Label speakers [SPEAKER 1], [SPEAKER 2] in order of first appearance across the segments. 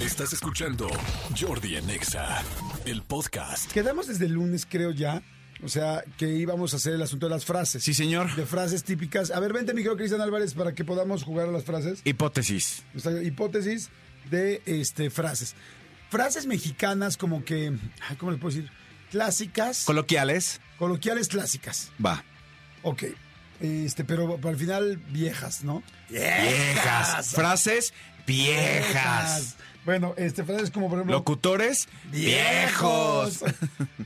[SPEAKER 1] Estás escuchando Jordi en EXA, el podcast.
[SPEAKER 2] Quedamos desde el lunes, creo ya. O sea, que íbamos a hacer el asunto de las frases.
[SPEAKER 3] Sí, señor.
[SPEAKER 2] De frases típicas. A ver, vente, mi querido Cristian Álvarez, para que podamos jugar a las frases.
[SPEAKER 3] Hipótesis.
[SPEAKER 2] O sea, hipótesis de este, frases. Frases mexicanas como que, ay, ¿cómo les puedo decir? Clásicas,
[SPEAKER 3] Coloquiales.
[SPEAKER 2] coloquiales clásicas.
[SPEAKER 3] Va.
[SPEAKER 2] Ok. Este, pero al final viejas, ¿no?
[SPEAKER 3] Viejas. Frases viejas.
[SPEAKER 2] Bueno, este, frases como por ejemplo...
[SPEAKER 3] Locutores viejos.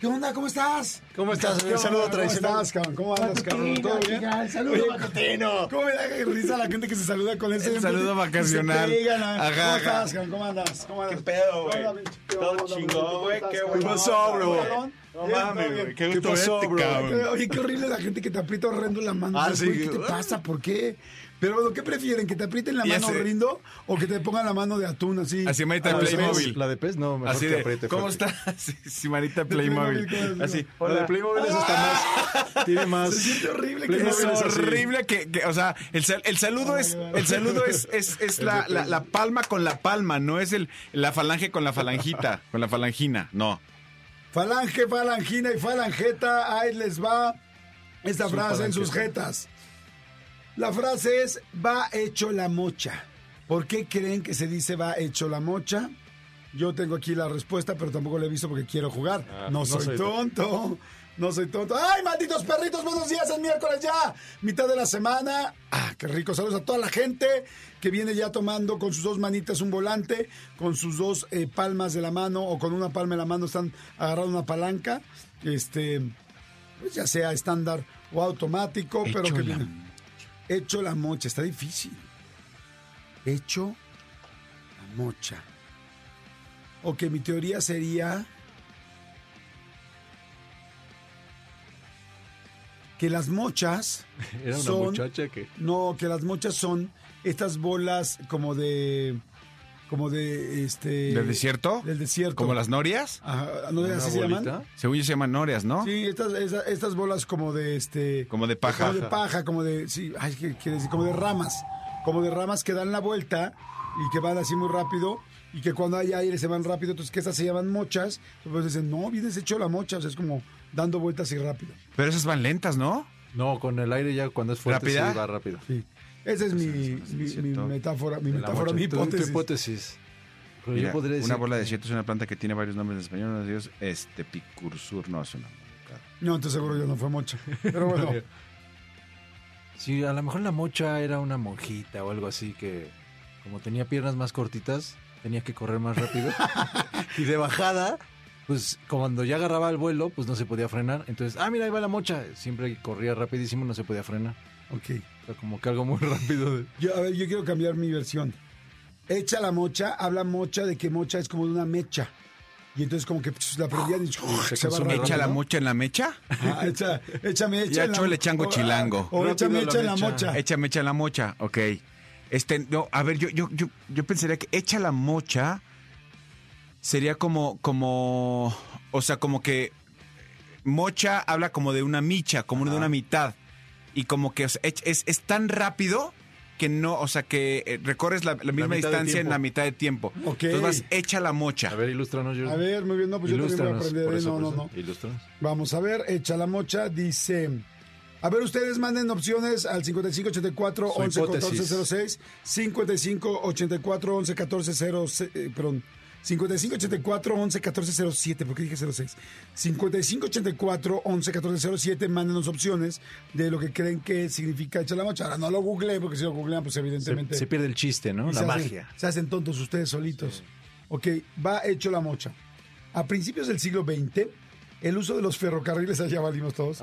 [SPEAKER 2] ¿Qué onda? ¿Cómo estás?
[SPEAKER 4] ¿Cómo estás?
[SPEAKER 2] ¿Qué
[SPEAKER 4] Un saludo
[SPEAKER 2] onda? ¿Cómo
[SPEAKER 4] tradicional.
[SPEAKER 2] estás, cabrón? ¿Cómo andas, cabrón? ¿Todo bien?
[SPEAKER 4] Saludo matutino.
[SPEAKER 2] ¿Cómo me da risa la gente que se saluda con ese
[SPEAKER 3] El saludo vacacional.
[SPEAKER 2] Que te digan, ah,
[SPEAKER 3] Ajá,
[SPEAKER 2] ¿Cómo
[SPEAKER 3] ajá.
[SPEAKER 2] estás, cabrón? ¿Cómo andas? ¿Cómo andas?
[SPEAKER 4] ¿Qué pedo, güey?
[SPEAKER 2] Hola, pinche pedo,
[SPEAKER 4] Todo
[SPEAKER 2] hola, güey,
[SPEAKER 4] chingón,
[SPEAKER 2] ¿cómo
[SPEAKER 4] güey,
[SPEAKER 2] estás,
[SPEAKER 4] qué
[SPEAKER 2] cabrón?
[SPEAKER 4] buena
[SPEAKER 2] ¿Cómo
[SPEAKER 4] onda,
[SPEAKER 2] estás,
[SPEAKER 4] güey.
[SPEAKER 2] cabrón?
[SPEAKER 4] No
[SPEAKER 2] Bien,
[SPEAKER 4] mames,
[SPEAKER 2] todo bien.
[SPEAKER 4] güey, qué gusto verte, cabrón.
[SPEAKER 2] Pero, Oye, qué horrible la gente que te aprieta horrendo la mano.
[SPEAKER 4] Ah,
[SPEAKER 2] Dices,
[SPEAKER 4] sí,
[SPEAKER 2] güey, ¿Qué te
[SPEAKER 4] güey.
[SPEAKER 2] pasa? ¿Por qué? Pero bueno, ¿qué prefieren? ¿Que te aprieten la
[SPEAKER 3] Ya
[SPEAKER 2] mano
[SPEAKER 3] sé.
[SPEAKER 2] horrendo o que te pongan la mano de atún así?
[SPEAKER 3] Así, manita
[SPEAKER 2] Ah,
[SPEAKER 3] de
[SPEAKER 2] ¿ves?
[SPEAKER 3] Playmobil.
[SPEAKER 4] La de pez, no, mejor
[SPEAKER 3] Así
[SPEAKER 4] que
[SPEAKER 3] de.
[SPEAKER 4] apriete
[SPEAKER 3] ¿Cómo
[SPEAKER 4] fuerte.
[SPEAKER 3] estás? Sí, sí, manita Playmobil.
[SPEAKER 2] Playmobil, ¿cómo es?
[SPEAKER 3] Así.
[SPEAKER 4] La de
[SPEAKER 3] hola.
[SPEAKER 4] Playmobil es hasta más. Tiene más.
[SPEAKER 2] Se siente horrible que
[SPEAKER 3] Es
[SPEAKER 4] Playmobil es así.
[SPEAKER 3] horrible que, que, o sea, el, sal- el saludo es, el saludo es, es, es la, la- la palma con la palma, no es el, la falange con la falangita, con la falangina, no.
[SPEAKER 2] Falange, falangina y falangeta, ahí les va esta frase en sus jetas. La frase es va hecho la mocha. ¿Por qué creen que se dice va hecho la mocha? Yo tengo aquí la respuesta, pero tampoco la he visto porque quiero jugar. Ah, no, soy tonto. No soy tonto. ¡Ay, malditos perritos! ¡Buenos días! ¡Es miércoles ya! Mitad de la semana. ¡Ah, qué rico! Saludos a toda la gente que viene ya tomando con sus dos manitas un volante, con sus dos eh, palmas de la mano o con una palma de la mano están agarrando una palanca. Este, pues ya sea estándar o automático, pero que viene. Hecho la mocha, está difícil. Hecho la mocha. Ok, mi teoría sería que las mochas
[SPEAKER 4] Era una
[SPEAKER 2] son
[SPEAKER 4] muchacha que.
[SPEAKER 2] no, que las mochas son estas bolas como de como de este
[SPEAKER 3] ¿Del desierto?
[SPEAKER 2] Del desierto.
[SPEAKER 3] ¿Como las norias?
[SPEAKER 2] Ajá, ¿no
[SPEAKER 4] ¿Una
[SPEAKER 2] así se
[SPEAKER 4] bolita?
[SPEAKER 2] llaman?
[SPEAKER 3] Según yo se llaman norias, ¿no?
[SPEAKER 2] Sí, estas, esa- estas bolas como de este
[SPEAKER 3] Como de paja.
[SPEAKER 2] como de paja, como de sí, ay, ¿qué quiere decir? Como de ramas, como de ramas que dan la vuelta y que van así muy rápido y que cuando hay aire se van rápido, entonces que estas se llaman mochas, entonces dicen, "No, vienes hecho la mocha", o sea, es como dando vueltas y rápido.
[SPEAKER 3] Pero esas van lentas, ¿no?
[SPEAKER 4] No, con el aire ya cuando es fuerte
[SPEAKER 3] ¿Rápida?
[SPEAKER 4] sí va rápido.
[SPEAKER 2] Sí. Esa es mi, mi- mi
[SPEAKER 3] desierto.
[SPEAKER 2] metáfora, mi
[SPEAKER 4] De la
[SPEAKER 2] metáfora,
[SPEAKER 4] mocha.
[SPEAKER 2] mi
[SPEAKER 4] ¿Tú- tu
[SPEAKER 2] hipótesis.
[SPEAKER 4] hipótesis? Pero
[SPEAKER 3] Mira,
[SPEAKER 4] yo podría decir.
[SPEAKER 3] Una bola de desierto es una planta que tiene varios nombres en español. Uno de ellos es Tepicursur, no es una. mamacada.
[SPEAKER 2] No, entonces seguro yo no fue mocha. Pero bueno,
[SPEAKER 4] Sí, a lo mejor la mocha era una monjita o algo así que, como tenía piernas más cortitas, tenía que correr más rápido. y de bajada, pues cuando ya agarraba el vuelo, pues no se podía frenar. Entonces, ah, mira, ahí va la mocha. Siempre corría rapidísimo, no se podía frenar.
[SPEAKER 2] ok.
[SPEAKER 4] O sea, como que algo muy rápido. de-
[SPEAKER 2] Yo, a ver, yo quiero cambiar mi versión. Echa la mocha, habla mocha de que mocha es como de una mecha. Y entonces como que pss, la prendían y se, va
[SPEAKER 4] consume
[SPEAKER 2] rápido,
[SPEAKER 3] Oh, ¿Echa la
[SPEAKER 2] ¿no?
[SPEAKER 3] mocha en la mecha?
[SPEAKER 2] Ah, echa, échame, echa.
[SPEAKER 3] Ya
[SPEAKER 2] en la-
[SPEAKER 3] chole chango
[SPEAKER 2] o-
[SPEAKER 3] chilango.
[SPEAKER 2] O échame,
[SPEAKER 4] Rápido la
[SPEAKER 2] echa en la
[SPEAKER 4] mecha.
[SPEAKER 2] mocha.
[SPEAKER 3] Echa mecha en la mocha, ok. Este, no, a ver, yo, yo, yo, yo pensaría que echa la mocha sería como, como, o sea, como que mocha habla como de una micha, como de una mitad. Y como que o sea, ech- es, es tan rápido que no, o sea, que eh, recorres la, la misma
[SPEAKER 4] mitad de
[SPEAKER 3] distancia en
[SPEAKER 4] tiempo.
[SPEAKER 3] la mitad de tiempo.
[SPEAKER 2] Ok.
[SPEAKER 3] Entonces vas, echa la mocha.
[SPEAKER 4] A ver, ilústranos, yo.
[SPEAKER 2] A ver, muy bien, no, pues yo también voy a
[SPEAKER 4] ilústranos.
[SPEAKER 2] aprender.
[SPEAKER 4] por
[SPEAKER 2] ¿eh?
[SPEAKER 4] eso,
[SPEAKER 2] no,
[SPEAKER 4] por
[SPEAKER 2] no,
[SPEAKER 4] eso.
[SPEAKER 2] no.
[SPEAKER 4] Ilústranos.
[SPEAKER 2] Vamos a ver, echa la mocha, dice. A ver, ustedes manden opciones al 5584
[SPEAKER 4] Su
[SPEAKER 2] 11 14
[SPEAKER 4] hipótesis.
[SPEAKER 2] 06 5584 11 14 06 eh, perdón 5584 11 14 07 ¿por qué dije 06? 5584 11 14 07 mándenos opciones de lo que creen que significa echar la mocha. Ahora no lo googleé porque si lo googlean pues evidentemente
[SPEAKER 4] Se, se pierde el chiste, ¿no?
[SPEAKER 2] y
[SPEAKER 4] La
[SPEAKER 2] se hacen-
[SPEAKER 4] magia.
[SPEAKER 2] se hacen tontos ustedes solitos. Ok, va hecho la mocha. A principios del siglo XX, el uso de los ferrocarriles, allá valimos todos,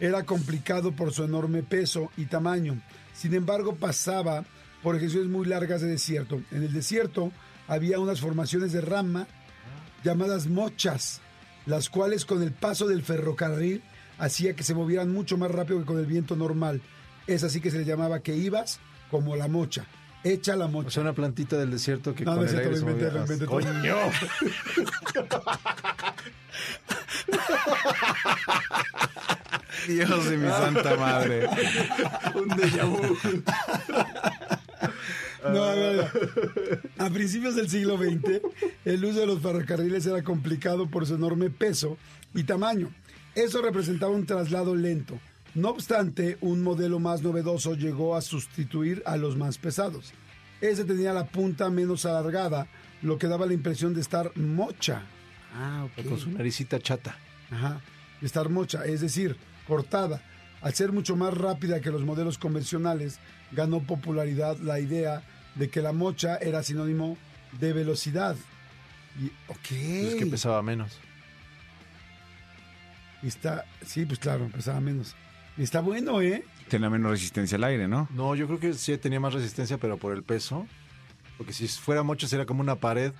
[SPEAKER 2] era complicado por su enorme peso y tamaño. Sin embargo, pasaba por ejecciones muy largas de desierto. En el desierto había unas formaciones de rama llamadas mochas, las cuales con el paso del ferrocarril hacía que se movieran mucho más rápido que con el viento normal. Es así que se le llamaba que ibas como la mocha. Echa la
[SPEAKER 4] O
[SPEAKER 2] mocha.
[SPEAKER 4] sea, una plantita del desierto que
[SPEAKER 2] No,
[SPEAKER 4] con
[SPEAKER 2] no
[SPEAKER 4] el
[SPEAKER 2] es cierto,
[SPEAKER 4] aire
[SPEAKER 2] lo
[SPEAKER 4] se
[SPEAKER 2] inventé,
[SPEAKER 4] movía.
[SPEAKER 2] lo inventé.
[SPEAKER 4] Coño.
[SPEAKER 3] Dios de mi santa madre.
[SPEAKER 4] Un déjà vu.
[SPEAKER 2] No, a ver, a principios del siglo XX, el uso de los ferrocarriles era complicado por su enorme peso y tamaño. Eso representaba un traslado lento. No obstante, un modelo más novedoso llegó a sustituir a los más pesados. Ese tenía la punta menos alargada, lo que daba la impresión de estar mocha. Ah,
[SPEAKER 4] Con su naricita chata.
[SPEAKER 2] Ajá. de Estar mocha, es decir, cortada. Al ser mucho más rápida que los modelos convencionales, ganó popularidad la idea de que la mocha era sinónimo de velocidad. Y,
[SPEAKER 4] Pues
[SPEAKER 2] ok.
[SPEAKER 4] es que pesaba menos.
[SPEAKER 2] Y está, sí, pues claro, pesaba menos. Y está bueno, ¿eh?
[SPEAKER 3] Tenía menos resistencia al aire, ¿no?
[SPEAKER 4] No, yo creo que sí tenía más resistencia, pero por el peso. Porque si fuera mocha sería como una pared.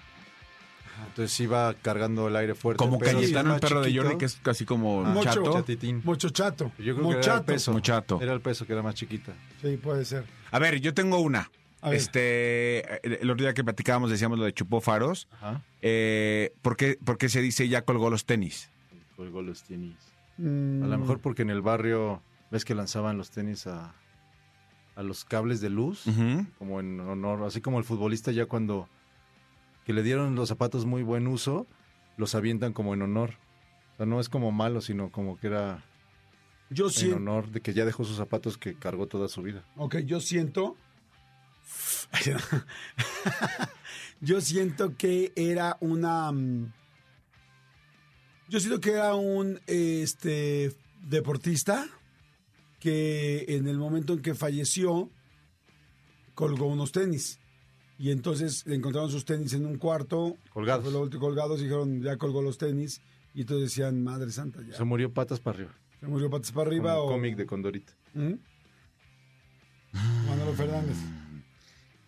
[SPEAKER 4] Entonces iba cargando el aire fuerte.
[SPEAKER 3] Como
[SPEAKER 4] pero si
[SPEAKER 3] Cayetano,
[SPEAKER 4] estaba
[SPEAKER 3] el perro de
[SPEAKER 4] chiquito,
[SPEAKER 3] Jordi, que es casi como
[SPEAKER 2] Mocho.
[SPEAKER 3] chato.
[SPEAKER 4] Chatitín.
[SPEAKER 2] Mocho chato.
[SPEAKER 4] Ah. Yo creo que era el
[SPEAKER 2] Mochato.
[SPEAKER 4] peso.
[SPEAKER 3] Mochato.
[SPEAKER 4] Era el peso que era más chiquita.
[SPEAKER 2] Sí, puede ser.
[SPEAKER 3] A ver, yo tengo una.
[SPEAKER 2] A ver.
[SPEAKER 3] Este, el el otro día que platicábamos decíamos lo de chupó faros.
[SPEAKER 4] Ajá.
[SPEAKER 3] Eh, ¿por, qué, por qué se dice ya colgó los tenis?
[SPEAKER 4] Colgó los tenis.
[SPEAKER 2] Mm,
[SPEAKER 4] A lo mejor porque en el barrio ves que lanzaban los tenis a, a los cables de luz,
[SPEAKER 3] Ujú.
[SPEAKER 4] como en honor, así como el futbolista ya cuando que le dieron los zapatos muy buen uso, los avientan como en honor. O sea, no es como malo, sino como que era
[SPEAKER 2] Mm, Yo
[SPEAKER 4] en
[SPEAKER 2] siento.
[SPEAKER 4] honor de que ya dejó sus zapatos que cargó toda su vida.
[SPEAKER 2] Ok, yo siento. yo siento que era una. mm, Yo siento que era un este deportista que en el momento en que falleció colgó unos tenis. Y entonces le encontraron sus tenis en un cuarto.
[SPEAKER 4] Colgados.
[SPEAKER 2] Fue lo último, colgados y dijeron, ya colgó los tenis. Y entonces decían, madre santa, ya.
[SPEAKER 4] Se murió patas para arriba.
[SPEAKER 2] Se murió patas para arriba
[SPEAKER 4] como
[SPEAKER 2] o.
[SPEAKER 4] un cómic de Condorita.
[SPEAKER 2] ¿Mm? Manolo Fernández.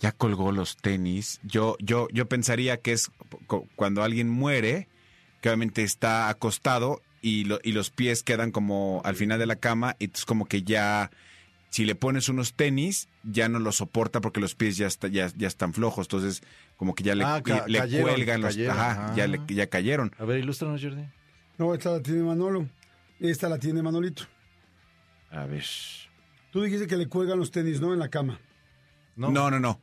[SPEAKER 3] Ya colgó los tenis. Yo, yo, yo pensaría que es cu- cuando alguien muere, que obviamente está acostado y, lo- y los pies quedan como al final de la cama, y es como que ya, si le pones unos tenis, ya no lo soporta porque los pies ya, está- ya, ya están flojos. Entonces, como que ya le,
[SPEAKER 4] Ah, ca-
[SPEAKER 3] le
[SPEAKER 4] cayeron,
[SPEAKER 3] cuelgan los.
[SPEAKER 4] cayeron.
[SPEAKER 3] ajá, ya, le-
[SPEAKER 4] Ah.
[SPEAKER 3] ya cayeron.
[SPEAKER 4] A ver, ilústranos, Jordi.
[SPEAKER 2] No, esta la tiene Manolo. Esta la tiene Manolito.
[SPEAKER 3] A ver.
[SPEAKER 2] Tú dijiste que le cuelgan los tenis, ¿no? En la cama.
[SPEAKER 3] No, no, no.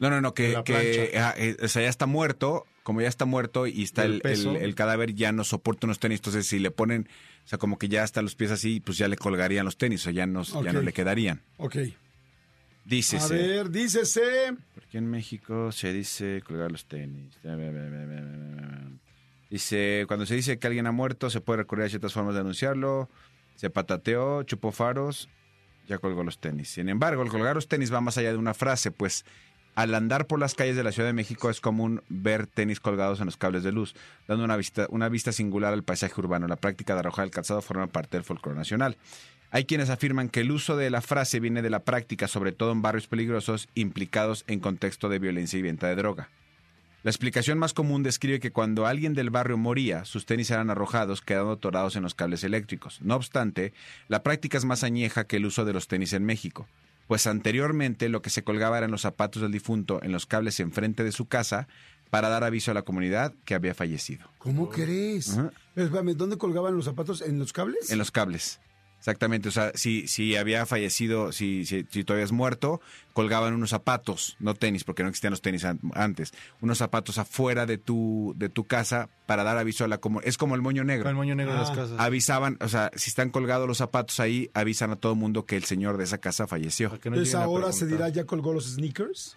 [SPEAKER 3] No, no, no, que,
[SPEAKER 4] La
[SPEAKER 3] que, ah, eh, o sea, ya está muerto, como ya está muerto y está
[SPEAKER 4] El
[SPEAKER 3] el, el-
[SPEAKER 4] peso.
[SPEAKER 3] el cadáver, ya no soporta unos tenis. Entonces, si le ponen, o sea, como que ya hasta los pies así, pues ya le colgarían los tenis o ya no, ya no
[SPEAKER 2] Ok.
[SPEAKER 3] le quedarían.
[SPEAKER 2] Ok. A
[SPEAKER 3] Dícese.
[SPEAKER 2] ver, dícese.
[SPEAKER 3] Porque en México se dice colgar los tenis. Dice, cuando se dice que alguien ha muerto, se puede recurrir a ciertas formas de anunciarlo. Se patateó, chupó faros, ya colgó los tenis. Sin embargo, el colgar los tenis va más allá de una frase, pues al andar por las calles de la Ciudad de México es común ver tenis colgados en los cables de luz, dando una vista, una vista singular al paisaje urbano. La práctica de arrojar el calzado forma parte del folclore nacional. Hay quienes afirman que el uso de la frase viene de la práctica, sobre todo en barrios peligrosos implicados en contexto de violencia y venta de droga. La explicación más común describe que cuando alguien del barrio moría, sus tenis eran arrojados, quedando atorados en los cables eléctricos. No obstante, la práctica es más añeja que el uso de los tenis en México, pues anteriormente lo que se colgaba eran los zapatos del difunto en los cables enfrente de su casa para dar aviso a la comunidad que había fallecido.
[SPEAKER 2] ¿Cómo crees?
[SPEAKER 3] Ajá.
[SPEAKER 2] Pero espérame, ¿dónde colgaban los zapatos? ¿En los cables?
[SPEAKER 3] En los cables. Exactamente, o sea, si, si había fallecido, si, si, si todavía es muerto, colgaban unos zapatos, no tenis, porque no existían los tenis an- antes, unos zapatos afuera de tu, de tu casa para dar aviso a la comunidad. Es como el moño negro.
[SPEAKER 4] El moño negro de las
[SPEAKER 2] Ah.
[SPEAKER 4] casas.
[SPEAKER 3] Avisaban, o sea, si están colgados los zapatos ahí, avisan a todo el mundo que el señor de esa casa falleció.
[SPEAKER 4] Para que no
[SPEAKER 2] Entonces
[SPEAKER 4] lleguen a
[SPEAKER 2] Pues ahora se dirá,
[SPEAKER 4] preguntar.
[SPEAKER 2] ¿ya colgó los sneakers?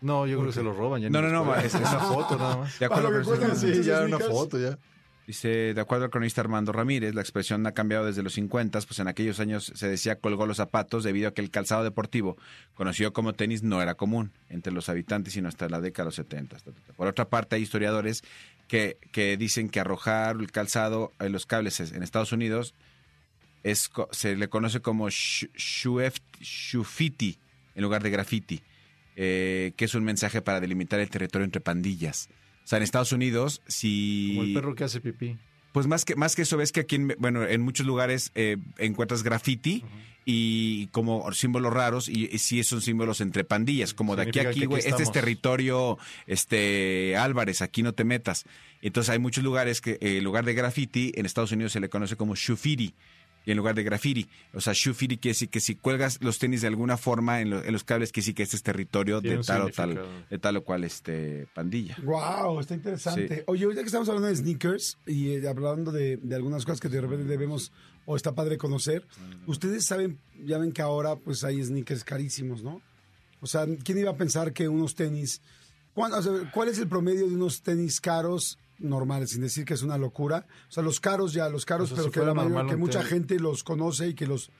[SPEAKER 4] No, yo creo que se los roban. ya
[SPEAKER 3] No,
[SPEAKER 4] ni
[SPEAKER 3] no,
[SPEAKER 4] los
[SPEAKER 3] no,
[SPEAKER 4] cuelgan.
[SPEAKER 3] es-
[SPEAKER 4] es una foto nada más.
[SPEAKER 3] De acuerdo
[SPEAKER 2] Para lo que
[SPEAKER 3] con-
[SPEAKER 2] cuesta los
[SPEAKER 4] Sí, ya una
[SPEAKER 2] sneakers.
[SPEAKER 4] foto, ya.
[SPEAKER 3] Dice, de acuerdo al cronista Armando Ramírez, la expresión ha cambiado desde los 50, pues en aquellos años se decía colgó los zapatos debido a que el calzado deportivo, conocido como tenis, no era común entre los habitantes sino hasta la década de los 70. Ta, ta, ta. Por otra parte, hay historiadores que, que dicen que arrojar el calzado en los cables es- en Estados Unidos es, co- se le conoce como shu- shueft- shufiti en lugar de graffiti, eh, que es un mensaje para delimitar el territorio entre pandillas. O sea, en Estados Unidos, si...
[SPEAKER 4] Como el perro que hace pipí.
[SPEAKER 3] Pues más que, más que eso, ves que aquí, en, bueno, en muchos lugares eh, encuentras graffiti y como símbolos raros, y, y sí son símbolos entre pandillas, como de aquí a
[SPEAKER 4] Significa que
[SPEAKER 3] aquí,
[SPEAKER 4] aquí
[SPEAKER 3] güey, este es
[SPEAKER 4] estamos.
[SPEAKER 3] territorio este Álvarez, aquí no te metas. Entonces hay muchos lugares que eh, en lugar de graffiti, en Estados Unidos se le conoce como shufiri, y en lugar de grafiri. O sea, shufiri quiere decir que si cuelgas los tenis de alguna forma en, lo- en los cables, quiere decir que este es territorio
[SPEAKER 5] Tiene
[SPEAKER 3] de
[SPEAKER 5] un
[SPEAKER 3] tal o tal,
[SPEAKER 5] significado.
[SPEAKER 3] de tal o cual este pandilla.
[SPEAKER 2] Wow, está interesante.
[SPEAKER 3] Sí.
[SPEAKER 2] Oye, ahorita que estamos hablando de sneakers y eh, hablando de, de algunas cosas que de repente debemos o está padre conocer, ustedes saben, ya ven que ahora pues hay sneakers carísimos, ¿no? O sea, ¿quién iba a pensar que unos tenis, cuán- o sea, cuál es el promedio de unos tenis caros normales, sin decir que es una locura? O sea, los caros ya, los caros,
[SPEAKER 4] O sea,
[SPEAKER 2] pero
[SPEAKER 4] si
[SPEAKER 2] que, la
[SPEAKER 4] fuera
[SPEAKER 2] mayoría-
[SPEAKER 4] normal
[SPEAKER 2] que
[SPEAKER 4] un
[SPEAKER 2] mucha
[SPEAKER 4] tenis.
[SPEAKER 2] gente los conoce y que los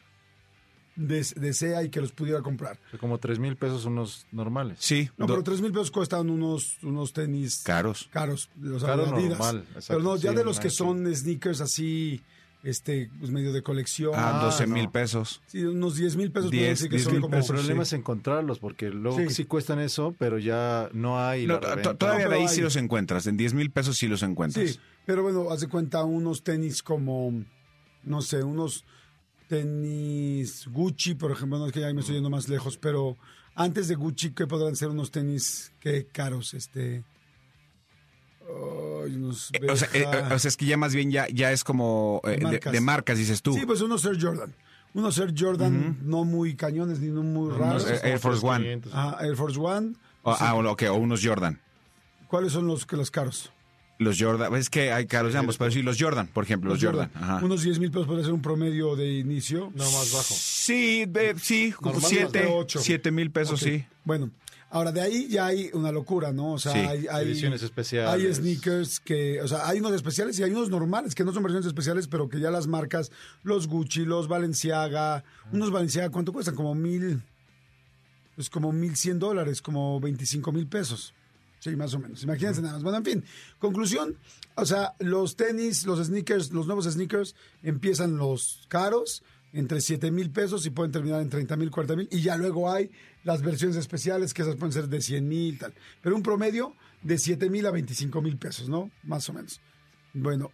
[SPEAKER 2] des- desea y que los pudiera comprar.
[SPEAKER 4] O sea, como 3 mil pesos unos normales.
[SPEAKER 3] Sí,
[SPEAKER 2] No,
[SPEAKER 3] do-
[SPEAKER 2] pero tres mil pesos cuestan unos, unos tenis
[SPEAKER 3] caros.
[SPEAKER 2] caros, los
[SPEAKER 4] Caro
[SPEAKER 2] Adidas.
[SPEAKER 4] normal, exacto,
[SPEAKER 2] pero no, ya
[SPEAKER 4] sí,
[SPEAKER 2] de los que
[SPEAKER 4] Nike.
[SPEAKER 2] son sneakers así, este, pues medio de colección.
[SPEAKER 3] Ah,
[SPEAKER 4] Ah,
[SPEAKER 3] 12 mil
[SPEAKER 4] no.
[SPEAKER 3] pesos.
[SPEAKER 2] Sí, unos 10 mil pesos.
[SPEAKER 3] 10,
[SPEAKER 2] podemos decir que
[SPEAKER 3] 10
[SPEAKER 2] son
[SPEAKER 3] mil
[SPEAKER 2] como-
[SPEAKER 4] El
[SPEAKER 3] pesos,
[SPEAKER 4] problema
[SPEAKER 3] sí.
[SPEAKER 4] es encontrarlos, porque luego
[SPEAKER 2] Sí.
[SPEAKER 4] sí. cuestan eso, pero ya no hay.
[SPEAKER 3] No,
[SPEAKER 4] la
[SPEAKER 3] to-
[SPEAKER 4] reventa.
[SPEAKER 3] todavía
[SPEAKER 2] No,
[SPEAKER 3] de
[SPEAKER 2] pero
[SPEAKER 3] ahí
[SPEAKER 2] hay-
[SPEAKER 3] sí los encuentras. En 10 mil pesos sí los encuentras.
[SPEAKER 2] Sí, pero bueno, hace cuenta unos tenis como, no sé, unos tenis Gucci, por ejemplo, no es que ya me estoy yendo más lejos, pero antes de Gucci, ¿qué podrán ser unos tenis que caros? Este. ay, unos
[SPEAKER 3] Eh, O sea, eh,
[SPEAKER 2] Beja-
[SPEAKER 3] eh, o sea, es que ya más bien ya, ya es como eh, de, de marcas.
[SPEAKER 2] marcas.
[SPEAKER 3] dices tú.
[SPEAKER 2] Sí, pues unos Air Jordan. Unos Air Jordan no muy cañones ni no muy raros.
[SPEAKER 3] Unos Air- Air Force One.
[SPEAKER 5] 500.
[SPEAKER 2] Ah, Air Force One.
[SPEAKER 3] O- ah, o- ok, o unos Jordan.
[SPEAKER 2] ¿Cuáles son los, que- los caros?
[SPEAKER 3] Los Jordan, es que hay caros de ambos, pero sí, los Jordan, por ejemplo, los, Jordan. Ajá.
[SPEAKER 2] Unos 10 mil pesos puede ser un promedio de inicio.
[SPEAKER 5] No, más bajo.
[SPEAKER 3] Sí, de- sí, como
[SPEAKER 2] Normal,
[SPEAKER 3] siete,
[SPEAKER 2] más de ocho.
[SPEAKER 3] siete mil pesos,
[SPEAKER 2] Ok.
[SPEAKER 3] sí.
[SPEAKER 2] Bueno, ahora de ahí ya hay una locura, ¿no? O sea,
[SPEAKER 3] Sí,
[SPEAKER 2] hay, hay-
[SPEAKER 4] ediciones especiales.
[SPEAKER 2] Hay sneakers que, o sea, hay unos especiales y hay unos normales que no son versiones especiales, pero que ya las marcas, los Gucci, los Balenciaga, unos Balenciaga, ¿cuánto cuestan? Como mil, pues como mil cien dólares, como veinticinco mil pesos. Sí, más o menos. Imagínense nada más. Bueno, en fin, conclusión, o sea, los tenis, los sneakers, los nuevos sneakers empiezan los caros entre 7 mil pesos y pueden terminar en 30 mil, 40 mil. Y ya luego hay las versiones especiales, que esas pueden ser de 100 mil, tal. Pero un promedio de 7 mil a 25 mil pesos, ¿no? Más o menos. Bueno,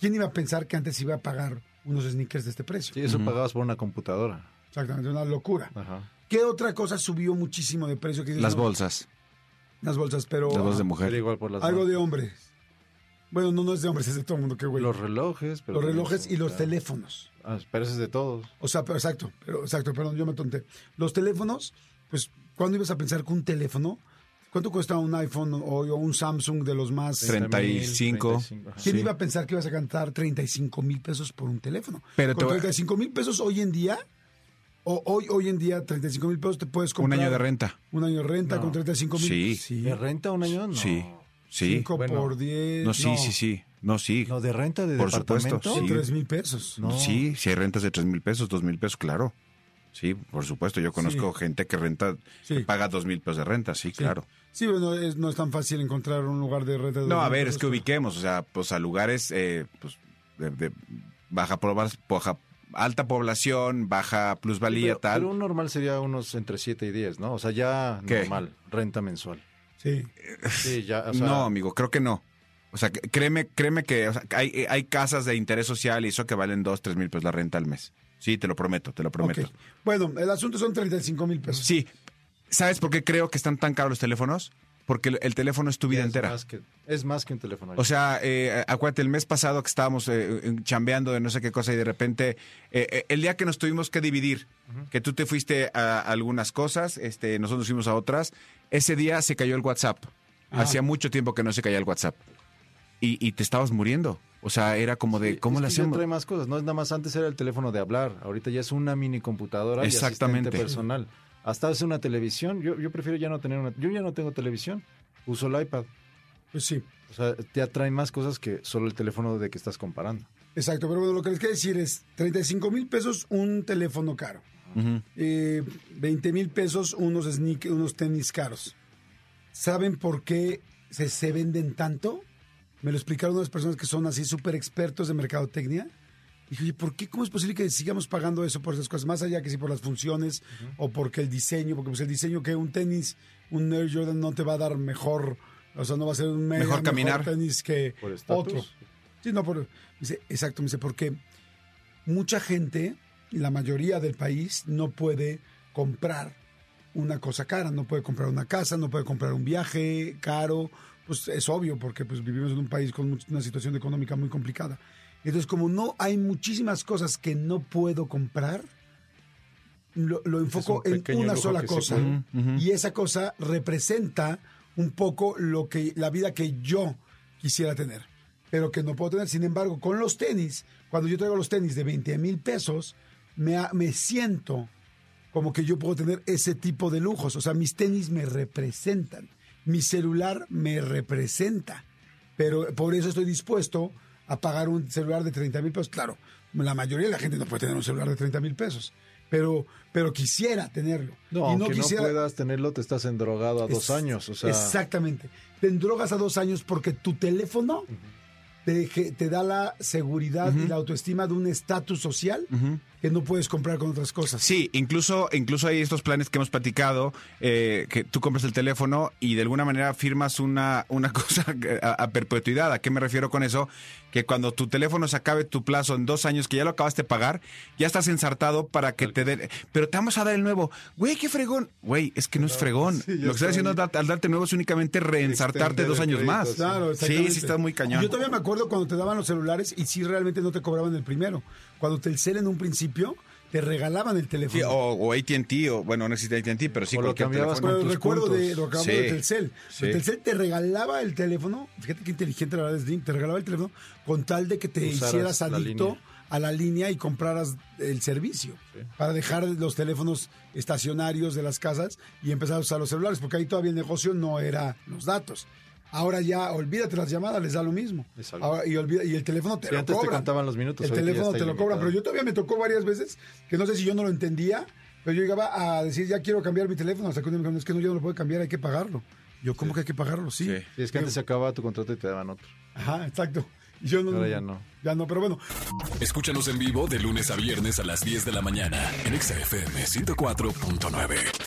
[SPEAKER 2] ¿quién iba a pensar que antes iba a pagar unos sneakers de este precio?
[SPEAKER 4] Sí, eso pagabas por una computadora.
[SPEAKER 2] Exactamente, una locura.
[SPEAKER 4] Ajá.
[SPEAKER 2] ¿Qué otra cosa subió muchísimo de precio? Que dices,
[SPEAKER 3] Las
[SPEAKER 2] no,
[SPEAKER 3] bolsas,
[SPEAKER 2] Las bolsas, pero... ah,
[SPEAKER 3] las bolsas de
[SPEAKER 4] Era
[SPEAKER 3] mujer.
[SPEAKER 4] igual por las
[SPEAKER 2] Algo de
[SPEAKER 4] marcas.
[SPEAKER 2] hombres. Bueno, no, no es de hombres, es de todo el mundo, qué güey.
[SPEAKER 4] Los relojes. pero
[SPEAKER 2] Los
[SPEAKER 4] también
[SPEAKER 2] relojes
[SPEAKER 4] son
[SPEAKER 2] y los
[SPEAKER 4] caros.
[SPEAKER 2] teléfonos.
[SPEAKER 4] Ah, pero ese es de todos.
[SPEAKER 2] O sea, pero exacto, pero exacto, perdón, yo me tonté. Los teléfonos, pues, ¿cuándo ibas a pensar que un teléfono? ¿Cuánto cuesta un iPhone o, o un Samsung de los más?
[SPEAKER 3] Tre- 35.
[SPEAKER 4] 35, ajá.
[SPEAKER 2] ¿Quién
[SPEAKER 3] sí.
[SPEAKER 2] iba a pensar que ibas a cantar 35 mil pesos por un teléfono?
[SPEAKER 3] Pero te
[SPEAKER 2] Con
[SPEAKER 3] voy-
[SPEAKER 2] 35 mil pesos hoy en día, o hoy, hoy en día, 35 mil pesos te puedes
[SPEAKER 3] Un
[SPEAKER 2] comprar.
[SPEAKER 3] año de renta.
[SPEAKER 2] Un año de renta
[SPEAKER 4] No.
[SPEAKER 2] con 35 mil.
[SPEAKER 3] Sí.
[SPEAKER 4] ¿De renta un año? No.
[SPEAKER 3] Sí, sí.
[SPEAKER 2] 5
[SPEAKER 4] Bueno.
[SPEAKER 2] por 10.
[SPEAKER 3] No, sí, sí, sí. No, sí.
[SPEAKER 4] No, de renta de
[SPEAKER 3] Por
[SPEAKER 4] departamento.
[SPEAKER 3] supuesto, sí.
[SPEAKER 2] 3 mil pesos.
[SPEAKER 4] No.
[SPEAKER 3] Sí, si hay rentas de tres mil pesos, dos mil pesos, claro. Sí, por supuesto. Yo conozco gente que renta,
[SPEAKER 2] Sí.
[SPEAKER 3] que paga dos mil pesos de renta, sí,
[SPEAKER 2] Sí.
[SPEAKER 3] claro.
[SPEAKER 2] Sí, bueno, es- no es tan fácil encontrar un lugar de renta. de
[SPEAKER 3] No, a
[SPEAKER 2] 2,000
[SPEAKER 3] ver, es que
[SPEAKER 2] pesos.
[SPEAKER 3] ubiquemos, o sea, pues a lugares eh, pues, de, de baja, proba- baja- alta población, baja plusvalía,
[SPEAKER 4] Pero,
[SPEAKER 3] tal.
[SPEAKER 4] pero un normal sería unos entre 7 y 10, ¿no? O sea, ya
[SPEAKER 3] ¿Qué?
[SPEAKER 4] normal, renta mensual.
[SPEAKER 2] Sí.
[SPEAKER 4] Sí, ya, o sea,
[SPEAKER 3] no, amigo, creo que no. O sea, que- créeme, créeme que o sea, que hay, hay casas de interés social y eso que valen dos, tres mil pesos la renta al mes. Sí, te lo prometo, te lo prometo.
[SPEAKER 2] Ok. Bueno, el asunto son 35 mil pesos.
[SPEAKER 3] Sí, ¿sabes por qué creo que están tan caros los teléfonos? Porque el- el teléfono es tu vida
[SPEAKER 4] es
[SPEAKER 3] entera.
[SPEAKER 4] Más que, es más que un teléfono.
[SPEAKER 3] O sea, eh, acuérdate, el mes pasado que estábamos eh, eh, chambeando de no sé qué cosa y de repente, eh, eh, el día que nos tuvimos que dividir, que tú te fuiste a algunas cosas, este, nosotros nos fuimos a otras, ese día se cayó el WhatsApp.
[SPEAKER 4] Ah.
[SPEAKER 2] Ajá.
[SPEAKER 3] Hacía mucho tiempo que no se caía el WhatsApp. Y, y te estabas muriendo. O sea, era como de,
[SPEAKER 4] Sí,
[SPEAKER 3] ¿cómo
[SPEAKER 4] es
[SPEAKER 3] le
[SPEAKER 4] que ya
[SPEAKER 3] hacemos?
[SPEAKER 4] trae más cosas, no es nada más antes era el teléfono de hablar, ahorita ya es una mini computadora y asistente
[SPEAKER 3] Exactamente.
[SPEAKER 4] personal. Hasta hace una televisión, yo, yo prefiero ya no tener una, yo ya no tengo televisión, uso el iPad.
[SPEAKER 2] Pues sí,
[SPEAKER 4] O sea, te atraen más cosas que solo el teléfono de que estás comparando.
[SPEAKER 2] exacto. Pero bueno, lo que les quiero decir es 35 mil pesos un teléfono caro.
[SPEAKER 3] Ujú.
[SPEAKER 2] Eh, 20 mil pesos unos, sneak- unos tenis caros. ¿Saben por qué se, se venden tanto? Me lo explicaron unas personas que son así súper expertos de mercadotecnia. Dije, oye, ¿por qué? ¿Cómo es posible que sigamos pagando eso por esas cosas? Más allá que si por las funciones o porque el diseño, porque pues el diseño que un tenis, un Air Jordan no te va a dar mejor, o sea, no va a ser un mega
[SPEAKER 3] Mejor caminar.
[SPEAKER 2] tenis que
[SPEAKER 4] Por estatus.
[SPEAKER 2] otro. Sí, no, por, dice, exacto, me dice, porque mucha gente, la mayoría del país, no puede comprar una cosa cara, no puede comprar una casa, no puede comprar un viaje caro, pues es obvio, porque pues vivimos en un país con much- una situación económica muy complicada. Entonces, como no hay muchísimas cosas que no puedo comprar, lo, lo enfoco
[SPEAKER 5] un
[SPEAKER 2] en
[SPEAKER 5] pequeño
[SPEAKER 2] una
[SPEAKER 5] lujo
[SPEAKER 2] sola
[SPEAKER 5] que se
[SPEAKER 2] cosa.
[SPEAKER 5] puede.
[SPEAKER 3] Ujú.
[SPEAKER 2] Y esa cosa representa un poco lo que la vida que yo quisiera tener, pero que no puedo tener. Sin embargo, con los tenis, cuando yo traigo los tenis de 20 mil pesos, me, ha- me siento como que yo puedo tener ese tipo de lujos. O sea, mis tenis me representan, mi celular me representa, pero por eso estoy dispuesto a pagar un celular de 30 mil pesos. Claro, la mayoría de la gente no puede tener un celular de 30 mil pesos, pero, pero quisiera tenerlo.
[SPEAKER 4] No, aunque no puedas tenerlo, te estás endrogado a dos
[SPEAKER 2] Es-
[SPEAKER 4] años. O sea,
[SPEAKER 2] Exactamente. Te endrogas a dos años porque tu teléfono te, ge- te da la seguridad y la autoestima de un estatus social que no puedes comprar con otras cosas.
[SPEAKER 3] Sí, incluso, incluso hay estos planes que hemos platicado, eh, que tú compras el teléfono y de alguna manera firmas una, una cosa a, a perpetuidad. ¿A qué me refiero con eso? Que cuando tu teléfono se acabe tu plazo en dos años, que ya lo acabaste de pagar, ya estás ensartado para que te den... Pero te vamos a dar el nuevo. Güey, qué fregón. Güey, es que no es fregón.
[SPEAKER 5] sí, ya
[SPEAKER 3] lo que estás
[SPEAKER 5] está
[SPEAKER 3] haciendo al dar- al darte el nuevo es únicamente reensartarte
[SPEAKER 5] Extender
[SPEAKER 3] dos
[SPEAKER 5] el
[SPEAKER 3] años
[SPEAKER 5] crédito,
[SPEAKER 3] más.
[SPEAKER 5] sí.
[SPEAKER 2] Claro,
[SPEAKER 3] sí,
[SPEAKER 2] exactamente.
[SPEAKER 3] sí, está muy cañón.
[SPEAKER 2] Yo todavía me acuerdo cuando te daban los celulares y sí realmente no te cobraban el primero. Cuando Telcel en un principio te regalaban el teléfono.
[SPEAKER 3] Sí, o o ATT, o bueno, no existe ATT, pero sí
[SPEAKER 4] O lo
[SPEAKER 3] cualquier
[SPEAKER 4] cambiabas
[SPEAKER 3] teléfono.
[SPEAKER 2] Pero
[SPEAKER 4] tus
[SPEAKER 2] recuerdo de
[SPEAKER 4] puntos.
[SPEAKER 2] lo que hablamos
[SPEAKER 3] Sí,
[SPEAKER 2] de Telcel.
[SPEAKER 3] sí.
[SPEAKER 2] Telcel te regalaba el teléfono, fíjate qué inteligente la verdad es Slim, te regalaba el teléfono con tal de que te
[SPEAKER 4] Usaras
[SPEAKER 2] hicieras
[SPEAKER 4] la
[SPEAKER 2] adicto
[SPEAKER 4] línea.
[SPEAKER 2] a la línea y compraras el servicio para dejar los teléfonos estacionarios de las casas y empezar a usar los celulares, porque ahí todavía el negocio no era los datos. Ahora ya, olvídate las llamadas, les da lo mismo.
[SPEAKER 4] Exacto.
[SPEAKER 2] Ahora, y, olvida- y el teléfono te
[SPEAKER 4] Sí,
[SPEAKER 2] lo
[SPEAKER 4] antes te
[SPEAKER 2] cobran.
[SPEAKER 4] contaban los minutos,
[SPEAKER 2] El
[SPEAKER 4] ahorita ya
[SPEAKER 2] teléfono
[SPEAKER 4] está
[SPEAKER 2] te lo cobran,
[SPEAKER 4] ilimitado.
[SPEAKER 2] pero yo todavía me tocó varias veces que no sé si yo no lo entendía, pero yo llegaba a decir, ya quiero cambiar mi teléfono. Hasta que un día me dijeron, es que no, yo no lo puedo cambiar, hay que pagarlo. Yo, ¿cómo que hay que pagarlo? Sí.
[SPEAKER 3] Sí.
[SPEAKER 4] si es que antes se acababa tu contrato y te daban otro.
[SPEAKER 2] Ajá, exacto. Y Yo no,
[SPEAKER 4] Ahora ya no.
[SPEAKER 2] Ya no, pero bueno.
[SPEAKER 1] Escúchanos en vivo de lunes a viernes a las 10 de la mañana en Exa FM 104.9.